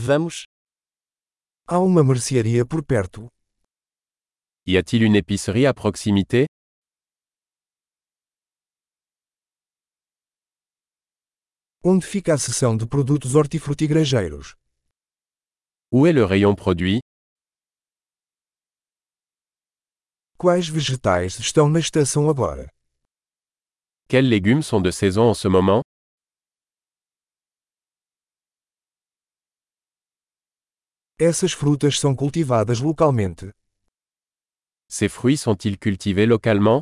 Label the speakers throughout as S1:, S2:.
S1: Vamos.
S2: Há uma mercearia por perto?
S1: Y a-t-il une épicerie à proximité
S2: Onde fica a seção de produtos hortifrutigranjeiros?
S1: Où est le rayon produit
S2: Quais vegetais estão na estação agora?
S1: Quels légumes sont de saison en ce moment
S2: Essas frutas são cultivadas localmente.
S1: Ces fruits sont-ils cultivés localement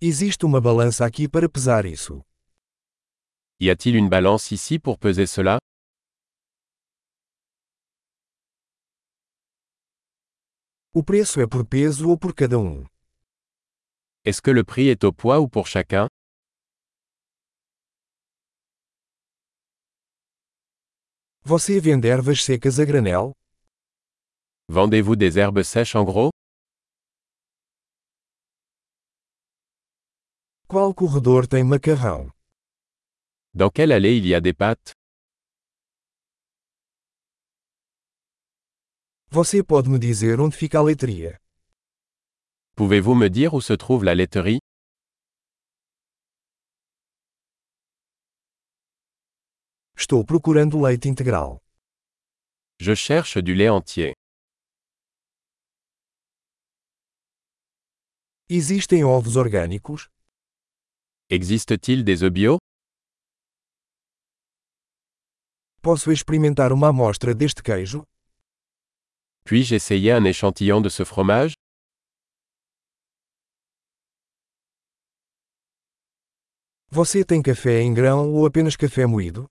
S2: Existe uma balança aqui para pesar isso.
S1: Y a-t-il une balance ici pour peser cela
S2: O preço é por peso ou por cada um?
S1: Est-ce que le prix est au poids ou pour chacun
S2: Você vende ervas secas a granel?
S1: Vendez-vous des herbes sèches en gros
S2: Qual corredor tem macarrão?
S1: Dans quelle allée il y a des pâtes
S2: Você pode me dizer onde fica a leitria?
S1: Pouvez-vous me dire où se trouve la laiterie
S2: Estou procurando leite integral.
S1: Je cherche du lait entier.
S2: Existem ovos orgânicos?
S1: Existe-t-il des œufs bio
S2: Posso experimentar uma amostra deste queijo?
S1: Puis-je essayer un échantillon de ce fromage
S2: Você tem café em grão ou apenas café moído?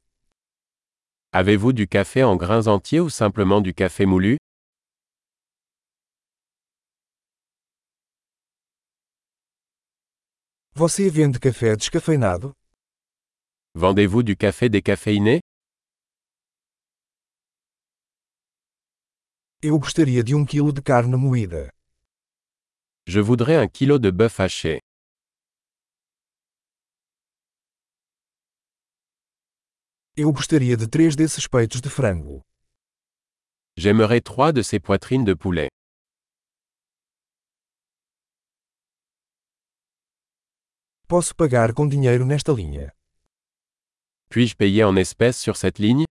S1: Avez-vous du café en grains entiers ou simplement du café moulu
S2: Você vende café descafeinado?
S1: Vendez-vous du café décaféiné
S2: Eu gostaria de um quilo de carne moída.
S1: Je voudrais un kilo de bœuf haché.
S2: Eu gostaria de três desses peitos de frango.
S1: J'aimerais trois de ces poitrines de poulet.
S2: Posso pagar com dinheiro nesta linha.
S1: Puis-je payer en espèces sur cette ligne